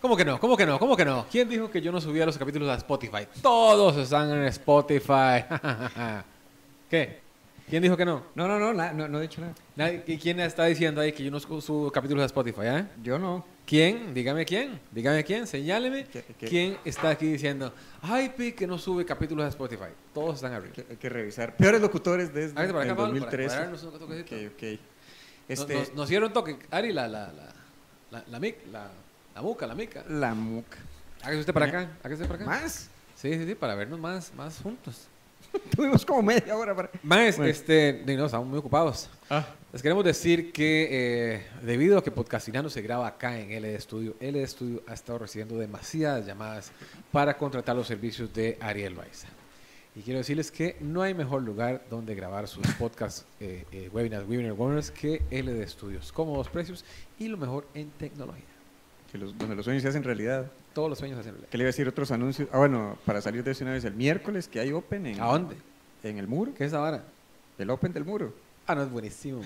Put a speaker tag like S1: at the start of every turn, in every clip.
S1: ¿Cómo que no? ¿Cómo que no? ¿Cómo que no? ¿Quién dijo que yo no subía los capítulos a Spotify? Todos están en Spotify. ¿Qué? ¿Quién dijo que no?
S2: No, no, no, na- no, no he dicho nada.
S1: Nadie- ¿y ¿Quién está diciendo ahí que yo no su- subo capítulos a Spotify? ¿eh?
S2: Yo no.
S1: ¿Quién? Dígame quién. Dígame quién. Señáleme
S2: ¿Qué- qué?
S1: quién está aquí diciendo, ay, Pi, que no sube capítulos a Spotify. Todos están arriba.
S2: Que- Hay que revisar. Peores locutores desde
S1: Hágate para acá, Pablo,
S2: el
S1: para
S2: 2013.
S1: cuadrarnos un toquecito.
S2: Ok, ok.
S1: Nos-
S2: Este,
S1: Nos, nos dieron toque. Ari, la, la, la, la, la, mic- la, la muca, la mica.
S2: La muca.
S1: Hágase usted para acá. Hágase para acá.
S2: ¿Más?
S1: Sí, sí, sí, para vernos más, más juntos.
S2: Tuvimos como media hora para...
S1: Más,
S2: Bueno.
S1: este, no, estamos muy ocupados.
S2: Ah.
S1: Les queremos decir que eh, debido a que Podcastinano se graba acá en LD Studio, LD Studio ha estado recibiendo demasiadas llamadas para contratar los servicios de Ariel Baiza. Y quiero decirles que no hay mejor lugar donde grabar sus podcasts, eh, eh, webinars, webinars, webinars que LD Studios. Cómodos precios y lo mejor en tecnología.
S2: Que los- donde los sueños se hacen realidad.
S1: Todos los sueños hacen realidad.
S2: ¿Qué le iba a decir otros anuncios? Ah, bueno, para salir de eso una vez, el miércoles que hay Open en,
S1: ¿A dónde?
S2: en el muro.
S1: ¿Qué es ahora?
S2: El Open del muro.
S1: Ah, no, es buenísimo.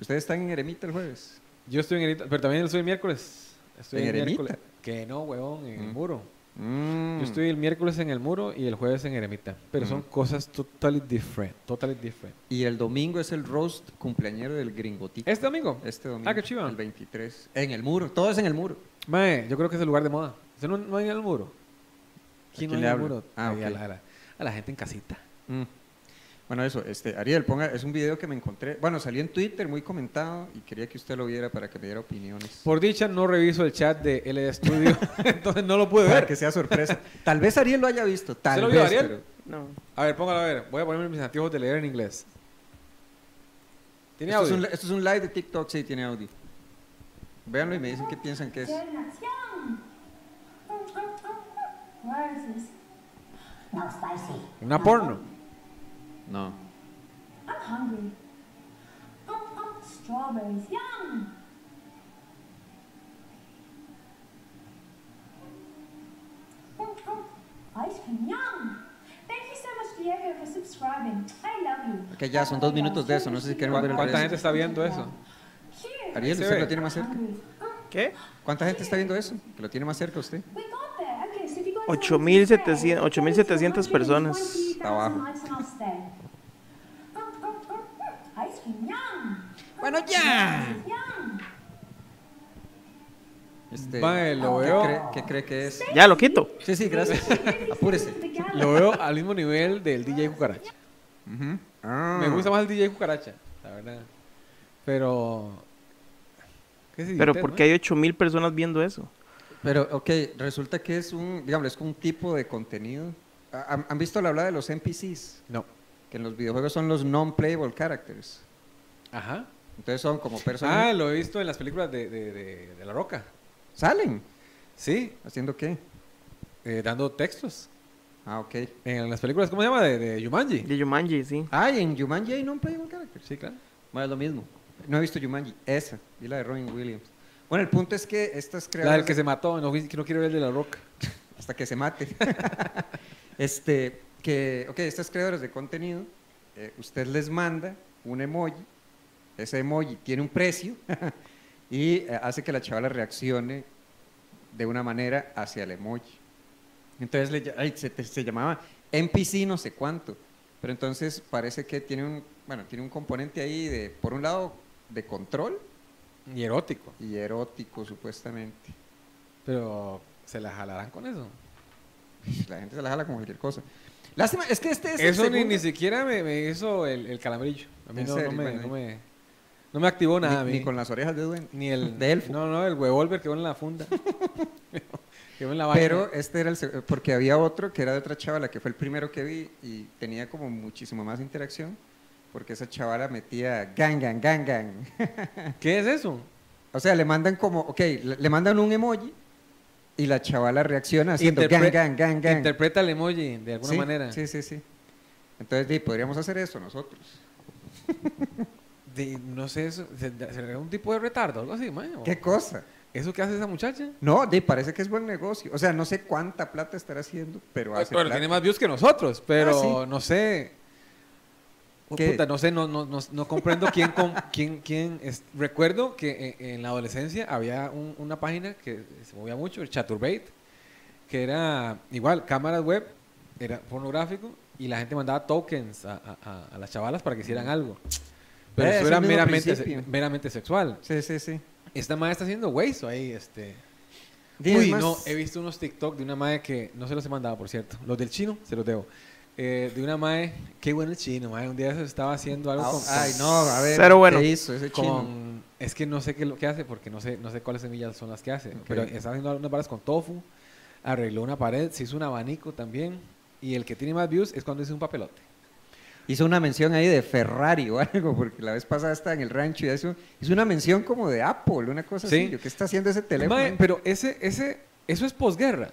S2: Ustedes están en Eremita el jueves.
S1: Yo estoy en Eremita, pero también estoy el miércoles. Estoy
S2: ¿En
S1: el
S2: Eremita?
S1: miércoles. Que no, huevón, en el
S2: Mm.
S1: muro.
S2: Mm.
S1: Yo estoy el miércoles en el muro y el jueves en Eremita. Pero son
S2: Ujú.
S1: cosas totally different. Totally different.
S2: Y el domingo es el roast cumpleañero del gringotito.
S1: ¿Este domingo?
S2: Este domingo.
S1: Ah, qué chiva.
S2: El 23. En el muro. Todo es en el muro.
S1: Mae, yo creo que es el lugar de moda. ¿Usted no, no ha ido al muro? ¿Quién,
S2: quién
S1: no ha
S2: le
S1: ido al
S2: habla?
S1: muro?
S2: Ah,
S1: Ahí a,
S2: ok.
S1: la, a la- a la gente en casita.
S2: Mm. Bueno, eso, este, Ariel, ponga, es un video que me encontré, bueno, salió en Twitter muy comentado y quería que usted lo viera para que me diera opiniones.
S1: Por dicha, no reviso el chat de LD Studio, entonces no lo pude
S2: para
S1: ver.
S2: que sea sorpresa. tal vez Ariel lo haya visto, tal
S1: lo
S2: vez.
S1: vio Ariel?
S2: pero- No.
S1: A ver, póngalo a ver. Voy a ponerme mis anteojos de leer en inglés. ¿Tiene
S2: Esto es,
S1: audio?
S2: un, esto es un live de TikTok, sí, tiene audio. Véanlo y me dicen qué piensan que es.
S3: Where is this? Not spicy.
S1: Una porno.
S2: No.
S3: I'm hungry. Um, um, strawberries. Yum! Um, um, ice cream. Yum! Thank you so much, Diego, for subscribing. I love you.
S2: Ok, ya, son dos minutos de eso, no sé si quieren
S1: ¿Cuá-
S2: ver el
S1: ¿Cuánta
S2: resto.
S1: gente está viendo eso?
S3: Here.
S2: Ariel,
S1: Se
S2: usted
S1: ve.
S2: lo tiene más cerca.
S3: Hungry. Um,
S4: ¿Qué?
S2: ¿Cuánta gente está viendo eso? Que lo tiene más cerca usted.
S3: we got there. Okay, so if you go to
S4: 8,700
S3: Instagram,
S4: 8,700 personas.
S2: Está abajo.
S3: 120,000 likes and I'll stay. Um, um, um, um, ice cream. Yum!
S2: Bueno, ya.
S3: Yum!
S2: Este,
S1: Mae, lo
S2: ¿qué,
S1: veo.
S2: cree, qué cree que es?
S4: Ya lo quito.
S2: Sí, sí, gracias. Apúrese.
S1: Lo veo al mismo nivel del DJ Cucaracha.
S2: Ujú. Ah.
S1: Me gusta más el DJ Cucaracha, la verdad. Pero. ¿qué se
S4: Pero
S1: dice,
S4: ¿por
S1: no?
S4: qué hay 8000 personas viendo eso?
S2: Pero, ok, resulta que es un, digamos, es un tipo de contenido. Ah, ¿Han, han visto la habla de los NPCs?
S1: No.
S2: Que en los videojuegos son los non-playable characters.
S1: Ajá.
S2: Entonces son como personas.
S1: Ah, lo he visto en las películas de, de- de- de La Roca.
S2: ¿Salen?
S1: Sí,
S2: ¿Haciendo qué?
S1: eh, dando textos.
S2: Ah, ok.
S1: En las películas, ¿cómo se llama? De, de Jumanji.
S4: De Jumanji, sí.
S2: Ah, y en Jumanji hay non-playable characters.
S1: Sí, claro.
S2: Bueno, es lo mismo. No he visto Jumanji. Esa. Y la de Robin Williams. Bueno, el punto es que estas
S1: La del
S2: creadoras...
S1: que se mató, no, que no quiero ver el de La Roca.
S2: hasta que se mate. este, que, ok, estas creadoras de contenido, eh, usted les manda un emoji, ese emoji tiene un precio y eh, hace que la chavala reaccione de una manera hacia el emoji. Entonces le ll- ay, se, te- se llamaba NPC no sé cuánto, pero entonces parece que tiene un, bueno, tiene un componente ahí de, por un lado, de control
S1: Y erótico.
S2: y erótico supuestamente.
S1: Pero se la jalarán con eso.
S2: Pues La gente se la jala con cualquier cosa. Lástima, es que este es el
S1: Eso ni,
S2: segundo-
S1: ni siquiera me, me hizo el, el calambrillo. A mí
S2: En
S1: no, no
S2: serio,
S1: me,
S2: bueno,
S1: no
S2: ahí.
S1: me- no me activó
S2: Ni-
S1: nada. a
S2: ni,
S1: mí.
S2: con las orejas de duende.
S1: Ni el
S2: De elfo.
S1: No, no, el huevolver que va en la funda. que va en la vaina.
S2: Pero este era el seg- porque había otro que era de otra chavala que fue el primero que vi y tenía como muchísimo más interacción porque esa chavala metía gang, gang, gang, gang.
S1: ¿Qué es eso?
S2: o sea, le mandan como, ok, le, le mandan un emoji y la chavala reacciona haciendo gang,
S1: Interpre-
S2: gang, gang, gang.
S1: Interpreta el emoji de alguna
S2: Sí,
S1: manera.
S2: Sí, sí, sí. Entonces, di, podríamos hacer eso nosotros.
S1: De- no sé, eso, ¿se- ¿será un tipo de retardo algo así, mae? ¿O
S2: ¿Qué cosa?
S1: ¿Eso que hace esa muchacha?
S2: No, di, parece que es buen negocio. O sea, no sé cuánta plata
S1: Pues,
S2: estará haciendo, pero hace
S1: Bueno,
S2: plata.
S1: tiene más views que nosotros, pero
S2: Ah, sí.
S1: no sé. Oh,
S2: ¿Qué?
S1: puta, no sé, no, no, no, no comprendo quién, com- quién, quién es- Recuerdo que eh, en, en la adolescencia había un- una página que se movía mucho, el Chaturbate, que era igual, cámaras web, era pornográfico, y la gente mandaba tokens a, a- a- a las chavalas para que hicieran algo. Pero
S2: Eh, es
S1: eso
S2: el
S1: era
S2: mismo
S1: meramente, se-
S2: principio.
S1: meramente sexual.
S2: Sí, sí, sí.
S1: Esta madre está haciendo hueso ahí, este...
S2: Di, es
S1: Uy,
S2: más,
S1: no, he visto unos TikTok de una mae que no se los he mandado, por cierto. Los del chino, se los debo. Eh, de una mae, qué bueno el chino, mae. Un día se estaba haciendo algo con,
S2: Ay, no, a ver.
S4: Cero bueno.
S2: ¿Qué hizo ese
S1: con-
S2: chino?
S1: es que no sé qué es lo que hace porque no sé, no sé cuáles semillas son las que hace.
S2: Ok.
S1: Pero está haciendo unas varas con tofu, arregló una pared, se hizo un abanico también. Y el que tiene más views es cuando hizo un papelote.
S2: Hizo una mención ahí de Ferrari o algo, porque la vez pasada estaba en el rancho y hizo, hizo una mención como de Apple, una cosa
S1: Sí.
S2: así. Yo, ¿Qué está haciendo ese teléfono?
S1: Mae, pero ese, ese, eso es posguerra.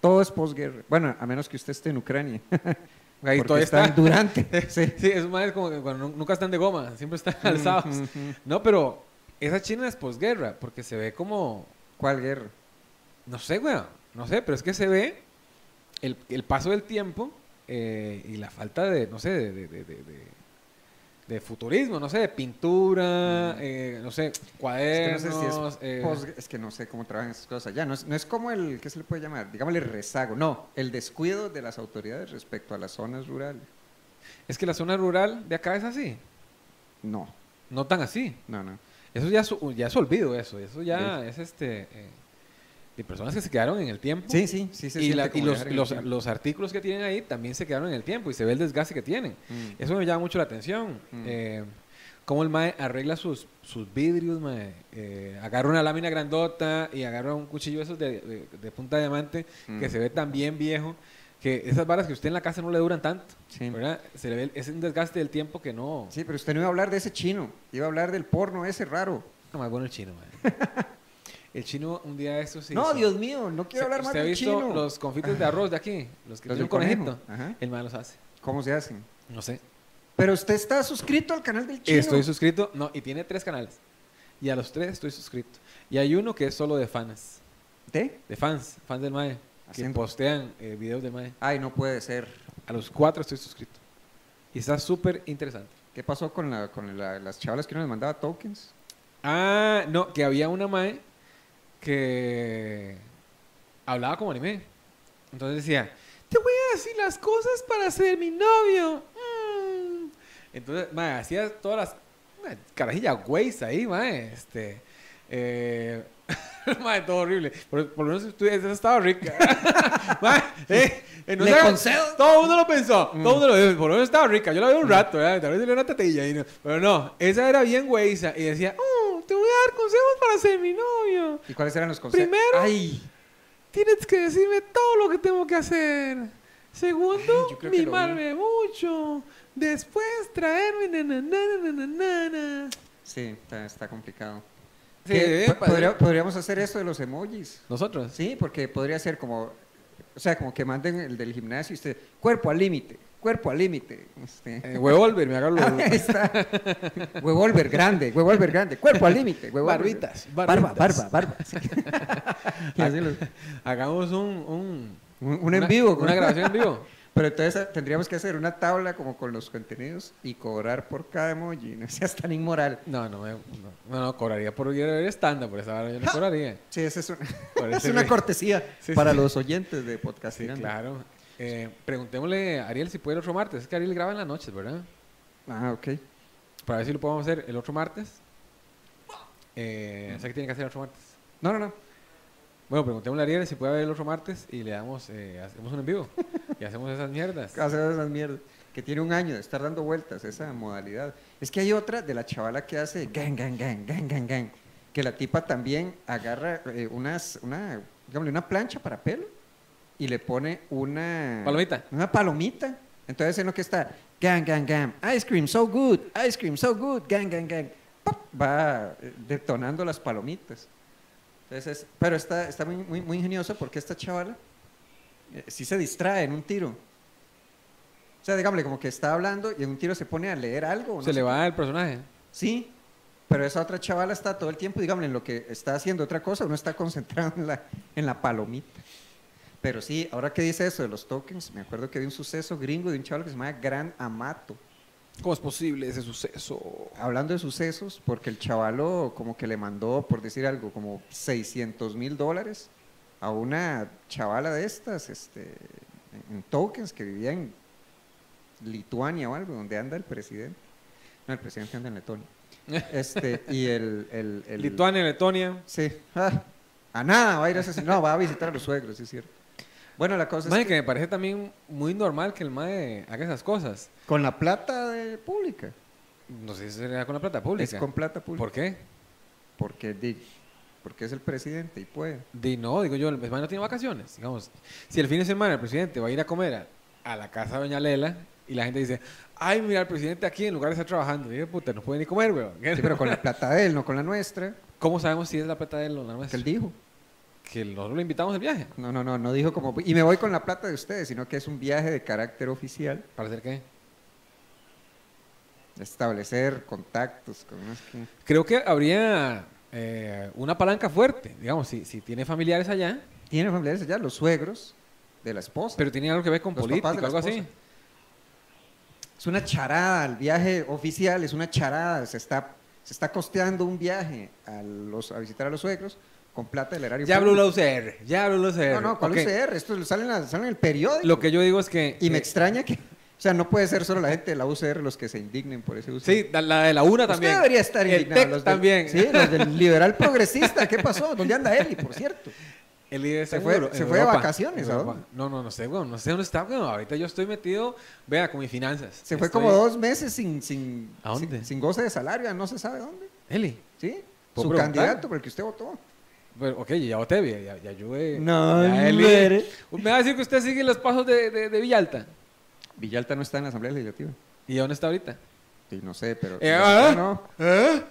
S2: Todo es posguerra. Bueno, a menos que usted esté en Ucrania.
S1: Ahí
S2: porque
S1: todavía
S2: está
S1: está.
S2: en Durante. sí.
S1: Sí, es más como que cuando nu- nunca están de goma, siempre están
S2: Mm,
S1: alzados.
S2: ujú.
S1: No, pero esa China es posguerra, porque se ve como,
S2: ¿Cuál guerra?
S1: no sé, weón, no sé, pero es que se ve el, el paso del tiempo eh, y la falta de, no sé, de, de- de- de- de- de futurismo, no sé, de pintura, eh, no sé,
S2: Es
S1: cuadernos.
S2: que no sé si es
S1: eh,
S2: posgue- Es que no sé cómo trabajan esas cosas allá. No es, no es como el, ¿qué se le puede llamar? Digámosle rezago. No, el descuido de las autoridades respecto a las zonas rurales.
S1: es que la zona rural de acá es así,
S2: No,
S1: no tan así.
S2: no, no.
S1: Eso ya es, ya es olvido, eso, eso ya es este... eh, de personas que se quedaron en el tiempo.
S2: Sí, sí, sí se
S1: y,
S2: siente
S1: la- y
S2: como
S1: los,
S2: viajar en el
S1: los-
S2: tiempo.
S1: los artículos que tienen ahí también se quedaron en el tiempo y se ve el desgaste que tienen.
S2: Mm.
S1: Eso me llama mucho la atención.
S2: Mm.
S1: Eh, cómo el mae arregla sus, sus vidrios, mae. Eh, agarra una lámina grandota y agarra un cuchillo de esos de, de- de punta de diamante que
S2: Mm.
S1: se ve tan bien viejo. Que esas varas que usted en la casa no le duran tanto.
S2: Sí.
S1: ¿verdad? Se le ve el- es un desgaste del tiempo que no.
S2: Sí, pero usted no iba a hablar de ese chino, iba a hablar del porno ese raro.
S1: No, más bueno el chino, mae. El chino un día de estos sí.
S2: no,
S1: sí.
S2: Dios mío, no quiero hablar más
S1: ¿Usted ha
S2: del
S1: visto
S2: chino.
S1: los confites de arroz de aquí? Los que tienen
S2: Los del
S1: un conejito.
S2: conejo, ajá.
S1: El mae los hace.
S2: ¿Cómo se hacen?
S1: No sé.
S2: Pero usted está suscrito al canal del chino.
S1: Estoy suscrito, no, y tiene tres canales. Y a los tres estoy suscrito. Y hay uno que es solo de fans,
S2: ¿De?
S1: de fans, fans del MAE, que
S2: Haciendo-
S1: postean eh, videos del MAE.
S2: Ay, no puede ser.
S1: A los cuatro estoy suscrito. Y está súper interesante.
S2: ¿Qué pasó con, la, con la- las chavalas que uno les mandaba tokens?
S1: Ah, no, que había una MAE que hablaba como anime. Entonces decía, te voy a decir las cosas para ser mi novio. Mm". Entonces, mae, hacía todas las una carajilla güeyes ahí, mae. Este, eh, mae, todo horrible. Por, por lo menos tú- esa estaba rica. mae, eh, eh, no
S2: Le
S1: sé,
S2: concedo.
S1: Todo el mundo lo pensó.
S2: Mm.
S1: Todo el mundo lo dijo. Por lo menos estaba rica. Yo la vi un rato, ¿verdad? tal vez le dio una tatilla. y no- pero no, esa era bien güeyza. Y decía, "Oh, te voy a dar consejos para ser mi novio.
S2: ¿Y cuáles eran los consejos?
S1: Primero-
S2: Ay,
S1: Tienes que decirme todo lo que tengo que hacer. Segundo,
S2: Ay, yo creo que lo vi.
S1: mimarme mucho. Después, traerme na, na, na, na, na, na, na.
S2: sí, está, está complicado.
S1: Sí,
S2: ¿Qué?
S1: eh,
S2: Po-
S1: padre.
S2: podría- podríamos hacer eso de los emojis.
S1: ¿Nosotros?
S2: Sí, porque podría ser como, o sea, como que manden el del gimnasio y usted, cuerpo al límite, cuerpo al límite. Este.
S1: Eh, Huevolver, me agarro los...
S2: Ah, Ahí está. Huevolver grande, huevolver grande, cuerpo al límite, huevolver.
S1: Barbitas,
S2: barba, barba,
S1: barbitas.
S2: barba. Sí. Y así los-
S1: Hagamos un... un
S2: un, un
S1: una-
S2: en vivo.
S1: Una grabación en vivo.
S2: Pero entonces eh, tendríamos que hacer una tabla como con los contenidos y cobrar por cada emoji, no seas tan inmoral.
S1: No, no, me- no, no, no, cobraría por ir a ver estándar, por esa vara yo no cobraría.
S2: Sí, esa es una, Ah. es
S1: Parece
S2: una
S1: que-
S2: cortesía
S1: Sí,
S2: para
S1: sí.
S2: los oyentes de podcast.
S1: Sí, claro. Eh, preguntémosle a Ariel si puede el otro martes. Es que Ariel graba en las noches, ¿verdad?
S2: Ah, ok.
S1: Para ver si lo podemos hacer el otro martes. Eh, o sea, que tiene que hacer el otro martes.
S2: No, no, no.
S1: Bueno, preguntémosle a Ariel si puede haber el otro martes y le damos, eh, hacemos un en vivo y hacemos esas mierdas.
S2: hacer esas mierdas. Que tiene un año de estar dando vueltas esa modalidad. Es que hay otra de la chavala que hace gang, gang, gang, gang, gang, gang. Que la tipa también agarra eh, unas, una, digámosle, una plancha para pelo y le pone una.
S1: Palomita.
S2: Una palomita. Entonces en lo que está, gang, gang, gang, ice cream so good, ice cream so good, gang, gang, gang. ¡Pop! Va eh, detonando las palomitas. Entonces, es- pero está, está muy, muy, muy ingenioso porque esta chavala eh, sí se distrae en un tiro. O sea, digámosle, como que está hablando y en un tiro se pone a leer algo. no
S1: Se
S2: sé
S1: le
S2: qué.
S1: va el personaje.
S2: Sí, pero esa otra chavala está todo el tiempo, digámosle, en lo que está haciendo otra cosa, uno está concentrado en la, en la palomita. Pero sí, ahora que dice eso de los tokens, me acuerdo que vi un suceso gringo de un chaval que se llama Gran Amato.
S1: ¿Cómo es posible ese suceso?
S2: Hablando de sucesos, porque el chavalo como que le mandó, por decir algo, como 600 mil dólares a una chavala de estas, este, en tokens, que vivía en Lituania o algo, donde anda el presidente. No, el presidente anda en Letonia. Este, y el... el, el-
S1: Lituania, Letonia.
S2: Sí. Ah, a nada, va a ir a ese... No, va a visitar a los suegros, sí es cierto. Bueno, la cosa
S1: Mae,
S2: es
S1: que me parece también muy normal que el mae haga esas cosas.
S2: que con la plata de- pública.
S1: No sé si será con la plata pública.
S2: Es con plata pública.
S1: ¿Por qué?
S2: Porque, di- porque es el presidente y puede.
S1: Di no, digo yo, el mae no tiene vacaciones. Digamos, si el fin de semana el presidente va a ir a comer a, a la casa de Doña Lela y la gente dice, ay, mira, el presidente aquí en lugar de estar trabajando. Dije, puta, no puede ni comer, weón.
S2: Sí, pero con la plata de él, no con la nuestra.
S1: ¿Cómo sabemos si es la plata de él o la
S2: Que
S1: nuestra?
S2: él dijo.
S1: Que nosotros lo invitamos al viaje.
S2: No, no, no, no dijo como. Y me voy con la plata de ustedes, sino que es un viaje de carácter oficial.
S1: ¿Para hacer qué?
S2: Establecer contactos con unas que-
S1: Creo que habría eh, una palanca fuerte, digamos, si, si tiene familiares allá,
S2: Tiene familiares allá, los suegros de la esposa.
S1: pero tiene algo que ver con
S2: Los
S1: política,
S2: papás de la
S1: algo así.
S2: esposa. Es una charada, el viaje oficial es una charada. Se está, se está costeando un viaje a, los, a visitar a los suegros con plata del erario.
S1: Ya habló la
S2: público.
S1: UCR, ya habló la UCR.
S2: No, no, ¿cuál
S1: Ok,
S2: UCR? Esto sale en, la- sale en el periódico.
S1: Lo que yo digo es que...
S2: Y me
S1: eh,
S2: extraña que. O sea, no puede ser solo la gente de la UCR los que se indignen por ese UCR.
S1: Sí, la, la de la una
S2: Usted
S1: también.
S2: debería estar
S1: El
S2: indignado.
S1: TEC
S2: los del-
S1: también.
S2: Sí, los del liberal progresista. ¿Qué pasó? ¿Dónde anda Eli, por cierto?
S1: El líder está
S2: Se
S1: en
S2: fue-
S1: Euro-
S2: se
S1: en
S2: fue de
S1: Europa.
S2: vacaciones,
S1: En
S2: ¿a
S1: Europa.
S2: dónde?
S1: No, no, no sé, weón, no sé dónde está, weón. Ahorita yo estoy metido, vea, con mis finanzas.
S2: Se fue
S1: Estoy-
S2: como dos meses sin, sin,
S1: ¿A dónde?
S2: sin, sin goce de salario, no se sabe dónde.
S1: Eli,
S2: ¿Sí? Su
S1: ¿Puedo preguntar?
S2: candidato por el que usted votó.
S1: pero, ok, ya voté, bien, ya, ya ayudé.
S2: No,
S1: ya Eli.
S2: hombre.
S1: Me va a decir que usted sigue los pasos de, de, de Villalta.
S2: Villalta no está en la Asamblea Legislativa.
S1: ¿Y dónde está ahorita?
S2: Sí, no sé, pero.
S1: Eh,
S2: pero
S1: ah,
S2: no,
S1: ¿Eh?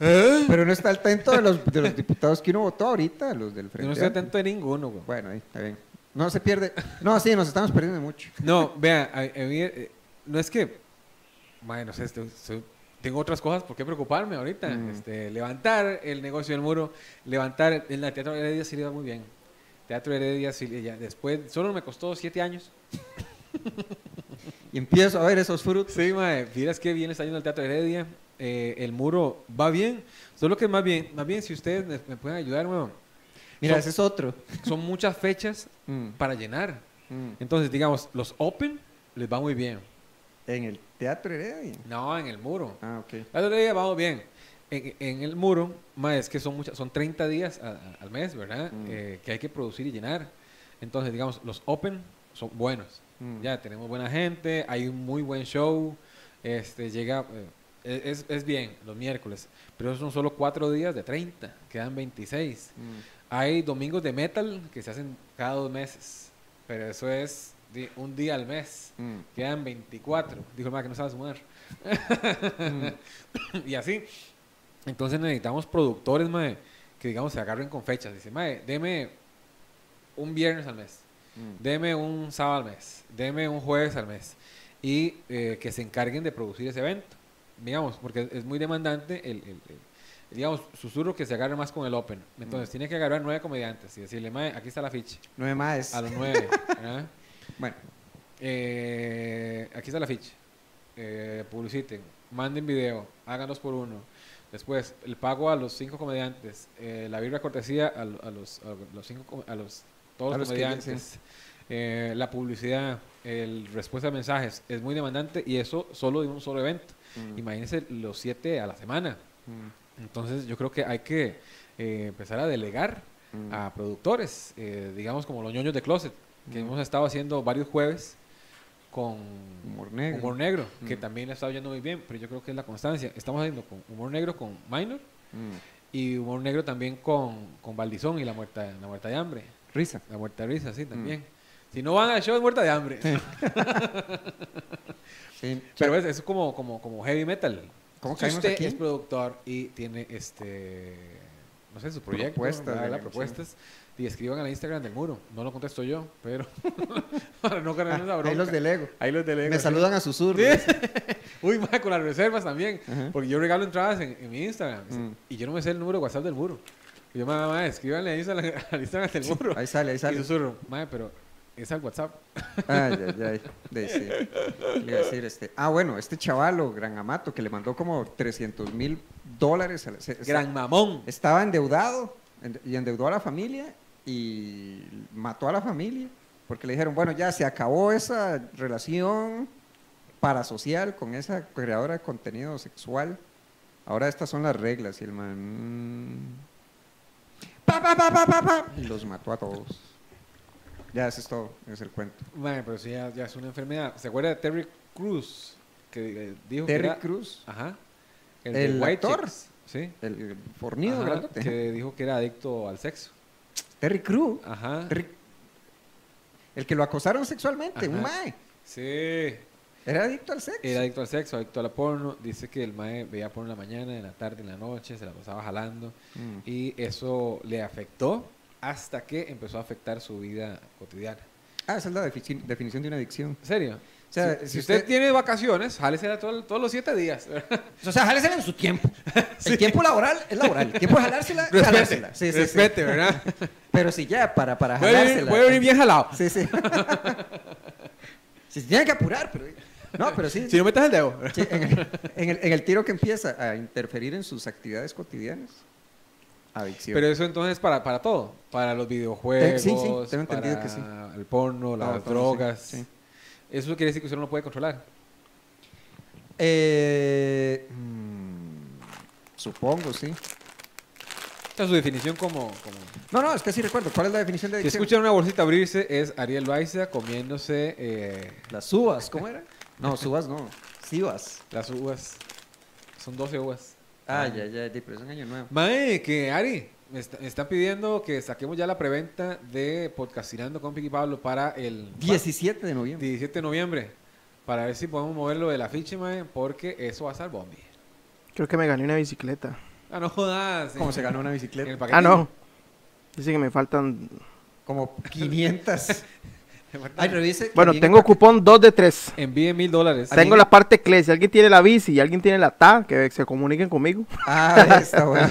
S1: ¿Eh?
S2: pero no está al tanto de los, de los diputados que uno votó ahorita, los del
S1: Yo
S2: Frente.
S1: no estoy
S2: Amplio.
S1: atento de ninguno, weón.
S2: Bueno, ahí, está bien. No se pierde. No, sí, nos estamos perdiendo mucho.
S1: No, vea, a- a mí, eh, no es que, mae, no sé, estoy- estoy- tengo otras cosas por qué preocuparme ahorita.
S2: Mm.
S1: Este, levantar el negocio del muro, levantar el, el Teatro Heredia sí le iba muy bien. Teatro Heredia sí, le- ya, después, solo me costó siete años.
S2: Y empiezo a ver esos frutos.
S1: Sí, mae, vieras que bien le está yendo el Teatro Heredia, eh, el muro va bien, solo que más bien, más bien si ustedes me, me pueden ayudar, weón,
S2: Mira,
S1: Son-
S2: ese es otro.
S1: son muchas fechas
S2: Mm,
S1: para llenar.
S2: mm.
S1: Entonces, digamos, los Open les va muy bien.
S2: En el Teatro Heredia.
S1: No, en el muro.
S2: Ah, ok.
S1: La otra día vamos bien. En, en el muro, ma, es que son muchas, son 30 días a- a- al mes, ¿verdad?
S2: Mm.
S1: Eh, que hay que producir y llenar. Entonces, digamos, los open son buenos.
S2: Mm.
S1: Ya tenemos buena gente, hay un muy buen show. Este llega eh, es, es bien los miércoles, pero son solo cuatro días de 30, quedan 26.
S2: Mm.
S1: Hay domingos de metal que se hacen cada dos meses, pero eso es di- un día al mes.
S2: Mm.
S1: Quedan 24. Dijo el ma que no sabe sumar. y así. Entonces necesitamos productores, mae, que digamos se agarren con fechas. Dice, mae, deme un viernes al mes,
S2: Mm.
S1: deme un sábado al mes, deme un jueves al mes. Y eh, que se encarguen de producir ese evento. Digamos, porque es muy demandante el, el- el- digamos, susurro que se agarre más con el Open. Entonces tiene que agarrar nueve comediantes y decirle, mae, aquí está la ficha.
S2: Nueve más.
S1: A los nueve. ¿ah? ¿verdad?
S2: Bueno,
S1: Eh, aquí está la ficha. Eh, publiciten, manden video, háganos por uno. Después, el pago a los cinco comediantes, eh, la birra cortesía a, lo- a los, a los cinco, com- a los, todos
S2: A
S1: los
S2: los que ya-
S1: comediantes, eh, la publicidad, el respuesta a mensajes, es muy demandante y eso solo de un solo evento.
S2: Mm.
S1: Imagínense los siete a la semana.
S2: mm,
S1: Entonces, yo creo que hay que eh, empezar a delegar
S2: mm.
S1: a productores, eh, digamos como los ñoños de Closet, que
S2: Mm.
S1: hemos estado haciendo varios jueves con
S2: Humor negro.
S1: Humor Negro, que
S2: Mm.
S1: también le está yendo muy bien, pero yo creo que es la constancia. Estamos haciendo con Humor Negro con Minor
S2: Mm.
S1: y Humor Negro también con, con Valdizón y la muerta, la muerta de hambre,
S2: Risa.
S1: la muerta de risa, sí, también. Si no van al show es muerta de hambre.
S2: Sí.
S1: Pero es, es como, como, como heavy metal.
S2: ¿Cómo
S1: si
S2: caímos
S1: usted
S2: aquí?
S1: es productor y tiene este no sé su proyecto,
S2: Propuestas
S1: bla,
S2: de
S1: bla,
S2: negocio.
S1: propuestas y escriban al Instagram del muro. No lo contesto yo, pero para no ganar esa
S2: Ah,
S1: bronca.
S2: ahí los delego.
S1: Ahí los delego,
S2: Me
S1: sí.
S2: saludan a susurros.
S1: Uy, ma, con las reservas también,
S2: Ajá.
S1: porque yo regalo entradas en, en mi Instagram
S2: Mm.
S1: y yo no me sé el número de WhatsApp del muro. Y yo, mamá, escríbanle a Instagram- al Instagram del muro.
S2: Ahí sale, Ah, ahí
S1: Y
S2: sale.
S1: susurro, "Mae, pero es al WhatsApp.
S2: Ay, ay, ay. De, sí. Le iba a decir, este, ah, bueno, este chavalo, Gran Amato, que le mandó como 300 mil dólares. a la- se-
S1: Gran mamón.
S2: Estaba endeudado en- y endeudó a la familia y mató a la familia porque le dijeron, bueno, ya se acabó esa relación parasocial con esa creadora de contenido sexual. Ahora estas son las reglas y el man... mm, Pa, pa, pa, pa, pa, pa, y los mató a todos. Ya, eso es todo, es el cuento.
S1: Mae, pero sí, ya, ya es una enfermedad. ¿Se acuerda de Terry Cruz? Que eh, dijo que
S2: Terry
S1: era-
S2: Cruz,
S1: Ajá. de
S2: el
S1: White
S2: actor,
S1: Chicks, Sí.
S2: el fornido
S1: Ajá,
S2: grandote.
S1: que dijo que era adicto al sexo.
S2: Terry Cruz,
S1: Ajá.
S2: Terry- el que lo acosaron sexualmente, un
S1: Ajá.
S2: mae.
S1: Sí.
S2: Era adicto al sexo.
S1: Era adicto al sexo, adicto a la porno. Dice que el mae veía porno en la mañana, en la tarde, en la noche, se la pasaba jalando.
S2: Mm.
S1: Y eso le afectó hasta que empezó a afectar su vida cotidiana.
S2: Ah, esa es la defici- definición de una adicción.
S1: ¿En serio?
S2: O sea,
S1: si,
S2: si
S1: si usted,
S2: usted-
S1: tiene vacaciones, jálese todos, todos los siete días.
S2: O sea, jalésela en su tiempo. El tiempo laboral es laboral. El tiempo de jalársela, jalársela. Sí, sí, sí.
S1: respete, ¿verdad?
S2: Pero si ya, para, para
S1: Voy a venir,
S2: jalársela.
S1: voy a venir bien jalado.
S2: Sí, sí. si se tiene que apurar, pero... No, pero sí.
S1: Si no metes el dedo.
S2: Sí, en, el, en el- en el tiro que empieza a interferir en sus actividades cotidianas. Adicción.
S1: Pero eso entonces para, para todo, para los videojuegos,
S2: Eh, Sí, sí, tengo entendido
S1: para
S2: que sí.
S1: el porno,
S2: Para
S1: las
S2: todo, sí,
S1: drogas.
S2: sí.
S1: Eso quiere decir que usted no lo puede controlar.
S2: Eh, mm, supongo, sí.
S1: Esta es su definición como... como-
S2: No, no, es que sí recuerdo. ¿Cuál es la definición de
S1: Si
S2: adicción?
S1: escuchan una bolsita abrirse es Ariel Baiza comiéndose eh,
S2: Las uvas, ¿cómo era? No, subas no, sivas.
S1: las uvas. Son 12 uvas.
S2: Ay, ay, ay, di, pero es un año nuevo.
S1: Mae, que Ari, me, está- me están pidiendo que saquemos ya la preventa de Podcastinando con Piqui Pablo para el
S2: 17 de noviembre.
S1: 17 de noviembre. Para ver si podemos moverlo del afiche, mae, porque eso va a estar bombi.
S4: Creo que me gané una bicicleta.
S1: Ah, no jodas.
S2: ¿Cómo se ganó una
S1: En el
S2: bicicleta?
S1: paquete.
S4: Ah, no. Dice que me faltan.
S2: Como 500. Ay, revise. que
S4: Bueno,
S2: llegue
S4: tengo
S2: el paquete.
S4: cupón 2 de 3.
S1: Envíe mil dólares.
S4: Tengo la parte CLE. Si alguien tiene la bici y alguien tiene la TA, que se comuniquen conmigo.
S2: Ah, está bueno.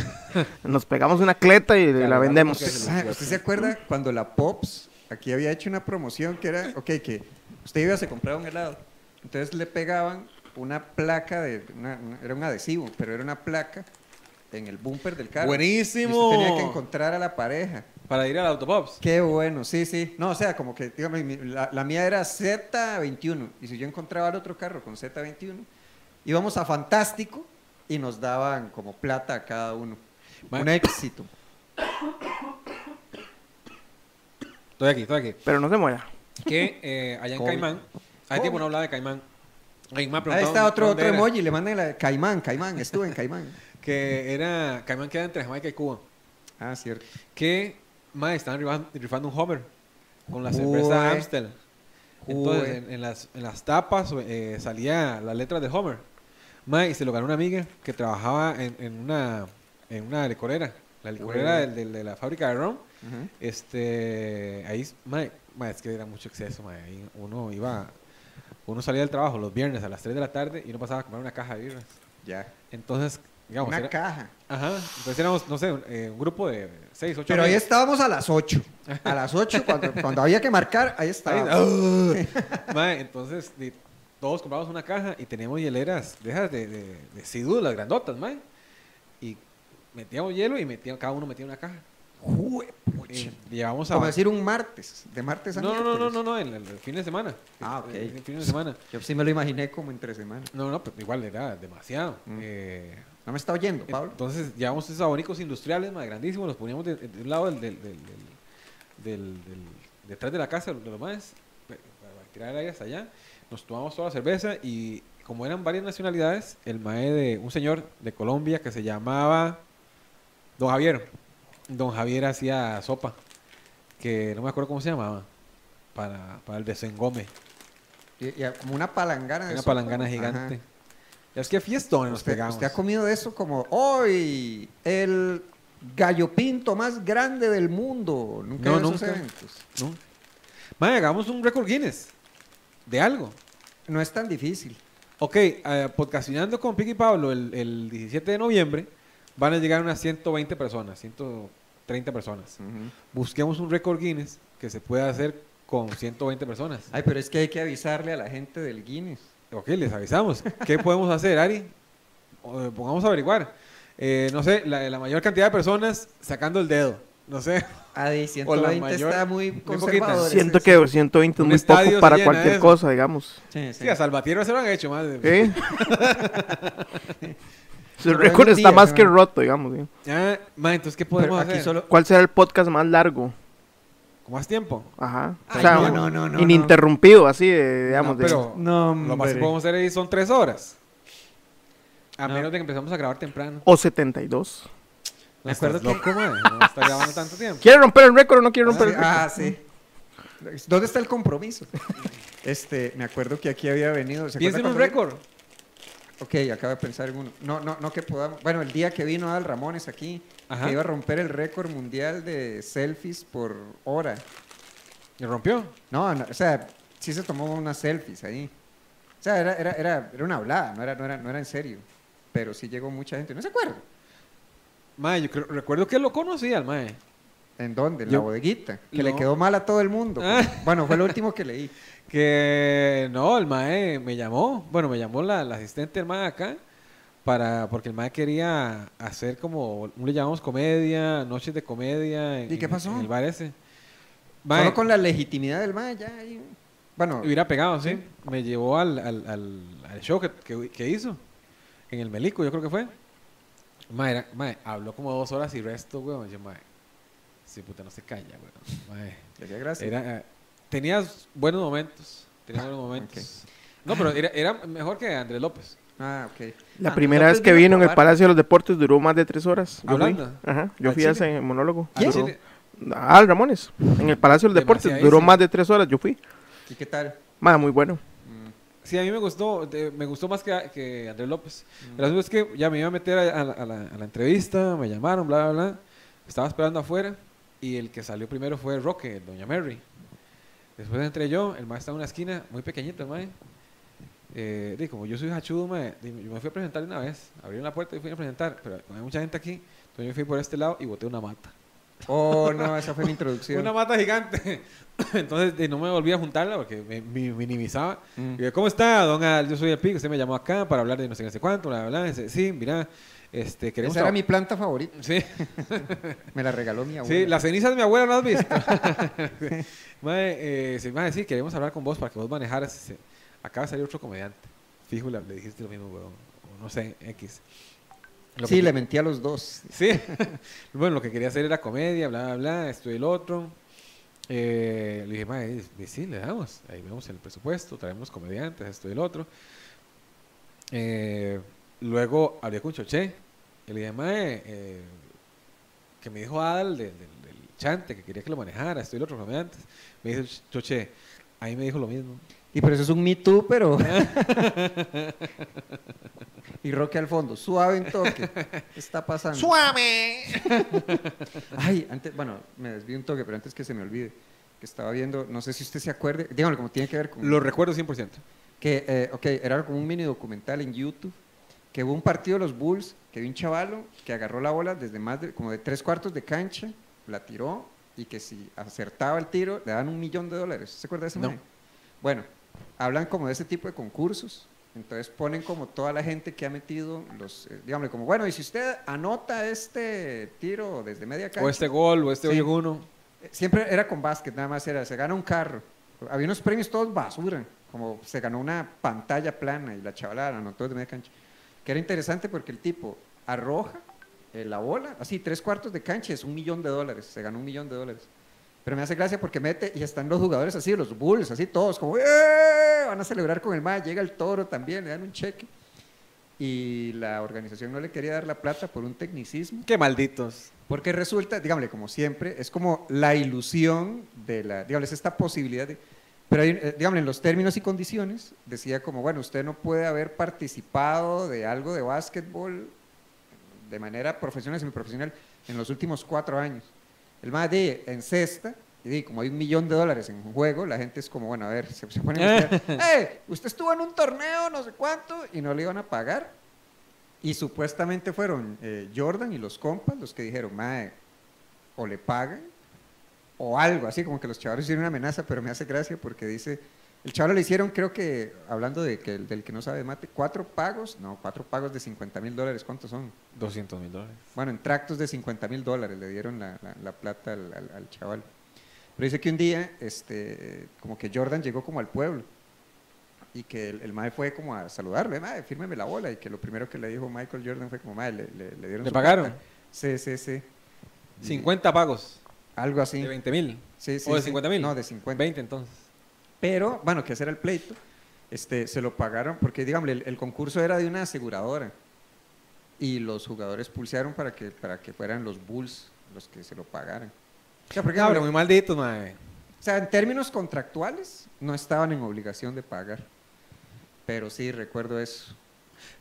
S4: Nos pegamos una cleta y
S1: Claro,
S4: la
S1: claro,
S4: vendemos.
S1: porque-
S2: Ah, ¿Usted se acuerda cuando la Pops aquí había hecho una promoción que era, ok, que usted iba a se compraba un helado, entonces le pegaban una placa de, una- una- era un adhesivo, pero era una placa en el bumper del carro. Y
S1: Buenísimo.
S2: usted tenía que encontrar a la pareja.
S1: Para ir al Autopops.
S2: Qué bueno, sí, sí. No, o sea, como que, dígame, mi- la, la mía era Z21. Y si yo encontraba el otro carro con Z21, íbamos a Fantástico y nos daban como plata a cada uno.
S1: Ma-
S2: Un éxito.
S1: Estoy aquí, estoy aquí.
S4: Pero no se muera.
S1: Que eh, allá en
S2: Covid.
S1: Caimán. Hay
S2: Covid.
S1: tiempo no hablaba de Caimán. Alguien me ha
S2: Ahí
S1: preguntado
S2: está otro,
S1: dónde
S2: otro
S1: era.
S2: emoji, le mandan la Caimán, Caimán, estuve en Caimán.
S1: Que era. Caimán queda entre Jamaica y Cuba.
S2: Ah, cierto.
S1: que mae, estaban rifan- rifando un Homer con la
S2: Jue-
S1: cerveza Amstel. Entonces,
S2: jue-
S1: en, en las, en las tapas eh, salía la letra de Homer. Mae, y se lo ganó una amiga que trabajaba en, en una, en una licorera, la licorera
S2: Jue-
S1: del- del- de la fábrica de ron. Este, ahí, mae, mae, es que era mucho exceso, mae. Ahí uno iba, uno salía del trabajo los viernes a las 3 de la tarde y uno pasaba a comer una caja de birras.
S2: Ya.
S1: Entonces, digamos,
S2: Una
S1: era-
S2: caja.
S1: ajá, entonces éramos, no sé, un, eh, un grupo de 6, 8
S2: Pero ahí estábamos a las 8. A las 8, cuando, cuando había que marcar, ahí
S1: Ahí- ah.
S2: estábamos.
S1: Mae, entonces di- todos compramos una caja y teníamos hieleras de esas de, de, de Sidú, las grandotas, mae. Y metíamos hielo y metía, cada uno metía una caja.
S2: Juepucha.
S1: Y llevamos a...
S2: Como decir un martes, de martes a
S1: no, no, no, no,
S2: miércoles.
S1: no, no, en el, el fin de semana.
S2: Ah, ok.
S1: El, el fin de semana.
S2: Yo sí me lo imaginé como entre semana.
S1: No, no, pero igual era demasiado.
S2: Mm.
S1: Eh,
S2: No me está oyendo, Pablo.
S1: Entonces llevamos esos abanicos industriales, mae, grandísimos, los poníamos de, de un lado del, del, del, del- del- del- detrás de la casa de los maes, pe- para, tirar el aire hasta allá. Nos tomamos toda la cerveza y como eran varias nacionalidades, el mae de un señor de Colombia que se llamaba Don Javier. Don Javier hacía sopa, que no me acuerdo cómo se llamaba, para, para el desengome.
S2: Y- y como una palangana. de
S1: Una
S2: Ah, sopa.
S1: palangana gigante.
S2: Ajá.
S1: Ya es que fiestones nos
S2: Usted,
S1: pegamos.
S2: usted ha comido de eso como hoy el gallo pinto más grande del mundo. Nunca Pues,
S1: No,
S2: veo esos
S1: nunca.
S2: eventos.
S1: ¿no? Mae, hagamos un récord Guinness de algo.
S2: No es tan difícil.
S1: Ok, eh, podcastinando con Piqui Pablo el, el 17 de noviembre van a llegar unas 120 personas, 130 personas. Busquemos un récord Guinness que se pueda hacer con 120 personas.
S2: Ay, pero es que hay que avisarle a la gente del Guinness.
S1: Ok, les avisamos. ¿Qué podemos hacer, Ari? O- Pongamos a averiguar. Eh, no sé, la, la mayor cantidad de personas sacando el dedo. No sé.
S2: Ah, de
S1: O la
S2: 120
S1: mayor-
S2: está muy
S1: muy
S2: conservador.
S1: poquita.
S2: ese-
S4: Siento que 120 es
S1: Un
S4: muy
S1: estadio
S4: poco
S1: se
S4: para
S1: llena de
S4: cualquier
S1: eso.
S4: cosa, digamos.
S2: Sí, sí.
S1: Sí, a Salvatierra se lo han hecho, madre.
S4: ¿Eh? Su
S2: Pero algún
S4: récord está
S2: día,
S4: más que
S2: ¿no?
S4: roto, digamos. ¿sí?
S1: Ah, ma, entonces, ¿qué
S2: Pero
S1: podemos
S2: aquí
S1: hacer?
S2: solo...
S4: ¿Cuál será el podcast más largo?
S1: ¿Con más tiempo?
S4: Ajá.
S2: Ay,
S4: o sea,
S2: no, no, no, no,
S4: ininterrumpido, así, de- digamos.
S1: No,
S4: de-
S1: pero
S2: No,
S1: lo más que
S2: hombre.
S1: podemos hacer ahí son tres horas. A
S2: No.
S1: menos de que empezamos a grabar temprano.
S4: O 72.
S1: No
S2: Me acuerdo
S1: Oh, estás loco, madre. No está grabando tanto tiempo.
S4: ¿Quiere romper el récord o no quiere
S2: Ah,
S4: romper
S2: sí,
S4: el récord?
S2: ah, sí. ¿Dónde está el compromiso? Este, me acuerdo que aquí había venido. ¿se acuerda
S1: Piensen en un
S2: cuando-
S1: récord.
S2: Ok, acabo de pensar en uno. No, no, no que podamos. Bueno, el día que vino Adal Ramones aquí,
S1: Ajá.
S2: que iba a romper el récord mundial de selfies por hora.
S1: ¿Le rompió?
S2: No, no, o sea, sí se tomó unas selfies ahí. O sea, era, era, era, era una hablada, no era, no, era, no era en serio. Pero sí llegó mucha gente. ¿No se acuerda?
S1: Mae, yo creo- recuerdo que lo conocía al mae.
S2: ¿En dónde? En
S1: Yo-
S2: la bodeguita. Que le
S1: No.
S2: quedó mal a todo el mundo.
S1: Ah.
S2: Bueno, fue lo último que leí.
S1: Que no, el mae me llamó. Bueno, me llamó la, la asistente del mae acá. Para, porque el mae quería hacer como, le llamamos comedia, noches de comedia. en-
S2: ¿Y qué
S1: en-
S2: pasó?
S1: En el bar ese. Mae,
S2: Solo con la legitimidad del Maya. ya ahí. Bueno,
S1: Hubiera pegado, sí. Me llevó al, al- al- al show que, que- que hizo. En el Melico, yo creo que fue. Mae, era- mae, habló como dos horas y resto, weón. Yo, mae, si puta no se calla, weón. Mae,
S2: le hacía gracia.
S1: era, eh, tenías buenos momentos. Tenías buenos momentos. No, pero era, era mejor que Andrés López.
S2: Ah, ok.
S4: La
S2: Ah,
S4: primera
S2: no,
S4: vez
S2: pues
S4: que
S2: vino a
S4: vino en el
S2: probar.
S4: Palacio de los Deportes duró más de tres horas. Yo fui.
S1: Hablando.
S4: Ajá. Yo
S1: ¿Al
S4: fui
S1: Chile?
S4: a ese monólogo.
S1: ¿Al
S4: Duró-
S1: Chile?
S4: Ah, el Ramones. En el Palacio de los Deportes
S1: Demasiadísimo.
S4: duró más de tres horas. Yo fui.
S2: ¿Y qué tal?
S4: Más muy bueno.
S1: Sí, a mí me gustó, de- me gustó más que, que Andrés López. El asunto es que ya me iba a meter a, a la, a la- a la entrevista, me llamaron, bla, bla, bla. Estaba esperando afuera y el que salió primero fue Roque, el Doña Mary. Después entré yo, el maestro estaba en una esquina muy pequeñita, mae. Eh, di, como yo soy hachudo, mae, di, yo me fui a presentar de una vez. Abrieron la puerta y fui a presentar, pero como hay mucha gente aquí, entonces yo fui por este lado y boté una mata.
S2: Oh, no, esa fue mi introducción.
S1: Una mata gigante. Entonces di, no me volví a juntarla porque me, me minimizaba.
S2: Mm.
S1: Y yo, ¿cómo está, don Al? Yo soy el pico, usted me llamó acá para hablar de no sé qué, no sé cuánto, bla, bla, bla. Dice, sí, mira, este, queremos...
S2: Esa era
S1: tra-
S2: mi planta favorita.
S1: Sí,
S2: Me la regaló mi abuela.
S1: sí, las cenizas de mi abuela no las has visto. Mae, eh, sí, mae, sí, queremos hablar con vos para que vos manejaras. Dice, acaba de salir otro comediante. Fijo, le, le dijiste lo mismo, weón. O no sé, X. Lo
S2: Sí,
S1: que-
S2: le mentí a los dos.
S1: Sí. bueno, lo que quería hacer era comedia, bla, bla, bla, esto y el otro. Eh, le dije, mae, eh, sí, le damos. Ahí vemos el presupuesto, traemos comediantes, esto y el otro. Eh, luego hablé con Choché. Y le dije, mae, eh, que me dijo Adal del, del- del chante, que quería que lo manejara, esto y el otro, comediantes. Me dice Ch- Choché, ahí me dijo lo mismo.
S2: Y pero eso es un Me Too, pero... y Roque al fondo, suave en toque. ¿Qué está pasando?
S5: Suave.
S2: Ay, antes, bueno, me desvío un toque, pero antes que se me olvide, que estaba viendo, no sé si usted se acuerde, díganlo como tiene que ver con...
S1: Lo recuerdo 100%.
S2: Que, eh, ok, era como un mini documental en YouTube, que hubo un partido de los Bulls, que vi un chavalo que agarró la bola desde más de, como de tres cuartos de cancha, la tiró, y que si acertaba el tiro, le daban un millón de dólares. ¿Se acuerda de ese
S1: No.
S2: mae? Bueno, hablan como de ese tipo de concursos, entonces ponen como toda la gente que ha metido los, eh, digámosle como, bueno, y si usted anota este tiro desde media cancha.
S1: O este gol, o este
S2: Sí.
S1: hoyo en uno.
S2: Siempre era con básquet, nada más era, se gana un carro. Había unos premios todos basura, como se ganó una pantalla plana y la chavalada la anotó de media cancha. Que era interesante porque el tipo arroja eh, la bola, así tres cuartos de cancha, es un millón de dólares, se ganó un millón de dólares. Pero me hace gracia porque mete y están los jugadores así, los Bulls, así todos, como "¡Eh!", van a celebrar con el MAE, llega el toro también, le dan un cheque. Y la organización no le quería dar la plata por un tecnicismo.
S1: Qué malditos.
S2: Porque resulta, digámosle, como siempre, es como la ilusión de la, digámosle, es esta posibilidad de... Pero, hay, eh, digámosle, en los términos y condiciones, decía como, bueno, usted no puede haber participado de algo de básquetbol de manera profesional, semiprofesional, en los últimos cuatro años. El más de en cesta, y di, como hay un millón de dólares en juego, la gente es como, bueno, a ver, se, se pone a buscar, "Eh, usted estuvo en un torneo, no sé cuánto, y no le iban a pagar. Y supuestamente fueron eh, Jordan y los compas los que dijeron, mae, o le pagan o algo así, como que los chavales hicieron una amenaza, pero me hace gracia porque dice, el chaval le hicieron, creo que, hablando de que, del que no sabe de mate, cuatro pagos, no, cuatro pagos de 50 mil dólares, ¿cuántos son?
S1: 200 mil dólares.
S2: Bueno, en tractos de 50 mil dólares le dieron la, la- la plata al, al- al chaval. Pero dice que un día, este, como que Jordan llegó como al pueblo y que el, el mae fue como a saludarlo, eh, mae, fírmeme la bola, y que lo primero que le dijo Michael Jordan fue como, mae, le, le- le dieron
S1: ¿Le
S2: su
S1: pagaron?
S2: plata". Sí, sí, sí.
S1: 50 pagos
S2: Algo así.
S1: de 20 mil.
S2: Sí, sí,
S1: ¿O de
S2: sí.
S1: 50 mil?
S2: No, de 50.
S1: 20 entonces.
S2: Pero, bueno, que ese era el pleito. Este, se lo pagaron porque, digamos, el, el concurso era de una aseguradora y los jugadores pulsearon para que, para que fueran los Bulls los que se lo pagaran. O sea, porque,
S1: No, pero muy malditos, madre.
S2: o sea, en términos contractuales no estaban en obligación de pagar. Pero sí, recuerdo eso.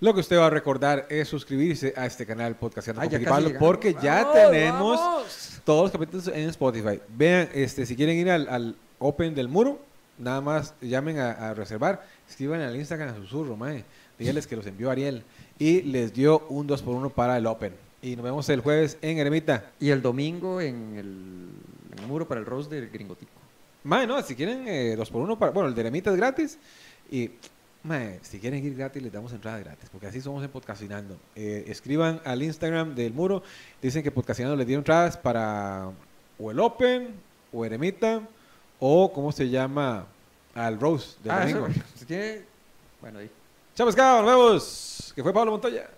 S1: Lo que usted va a recordar es suscribirse a este canal podcast
S2: Ah, ya casi llegamos.
S1: porque ya
S5: Vamos,
S1: tenemos
S5: vamos.
S1: todos los capítulos en Spotify. Vean, este, si quieren ir al, al Open del Muro, nada más llamen a, a reservar, escriban al Instagram a susurro, mae. Díganles que los envió Ariel y les dio un 2 por 1 para el Open. Y nos vemos el jueves en Eremita.
S2: Y el domingo en el, en el muro para el Rose del Gringotico.
S1: Mae, no, si quieren eh, 2 por 1 para. Bueno, el de Eremita es gratis. Y, mae, si quieren ir gratis, les damos entrada gratis. Porque así somos en Podcastinando. Eh, escriban al Instagram del muro. Dicen que Podcastinando les dio entradas para o el Open, o Eremita, o ¿cómo se llama? Al Rose del
S2: Ah, eso,
S1: domingo.
S2: si tiene- Bueno, ahí.
S1: Chao, pescado, nos vemos. Que fue Pablo Montoya.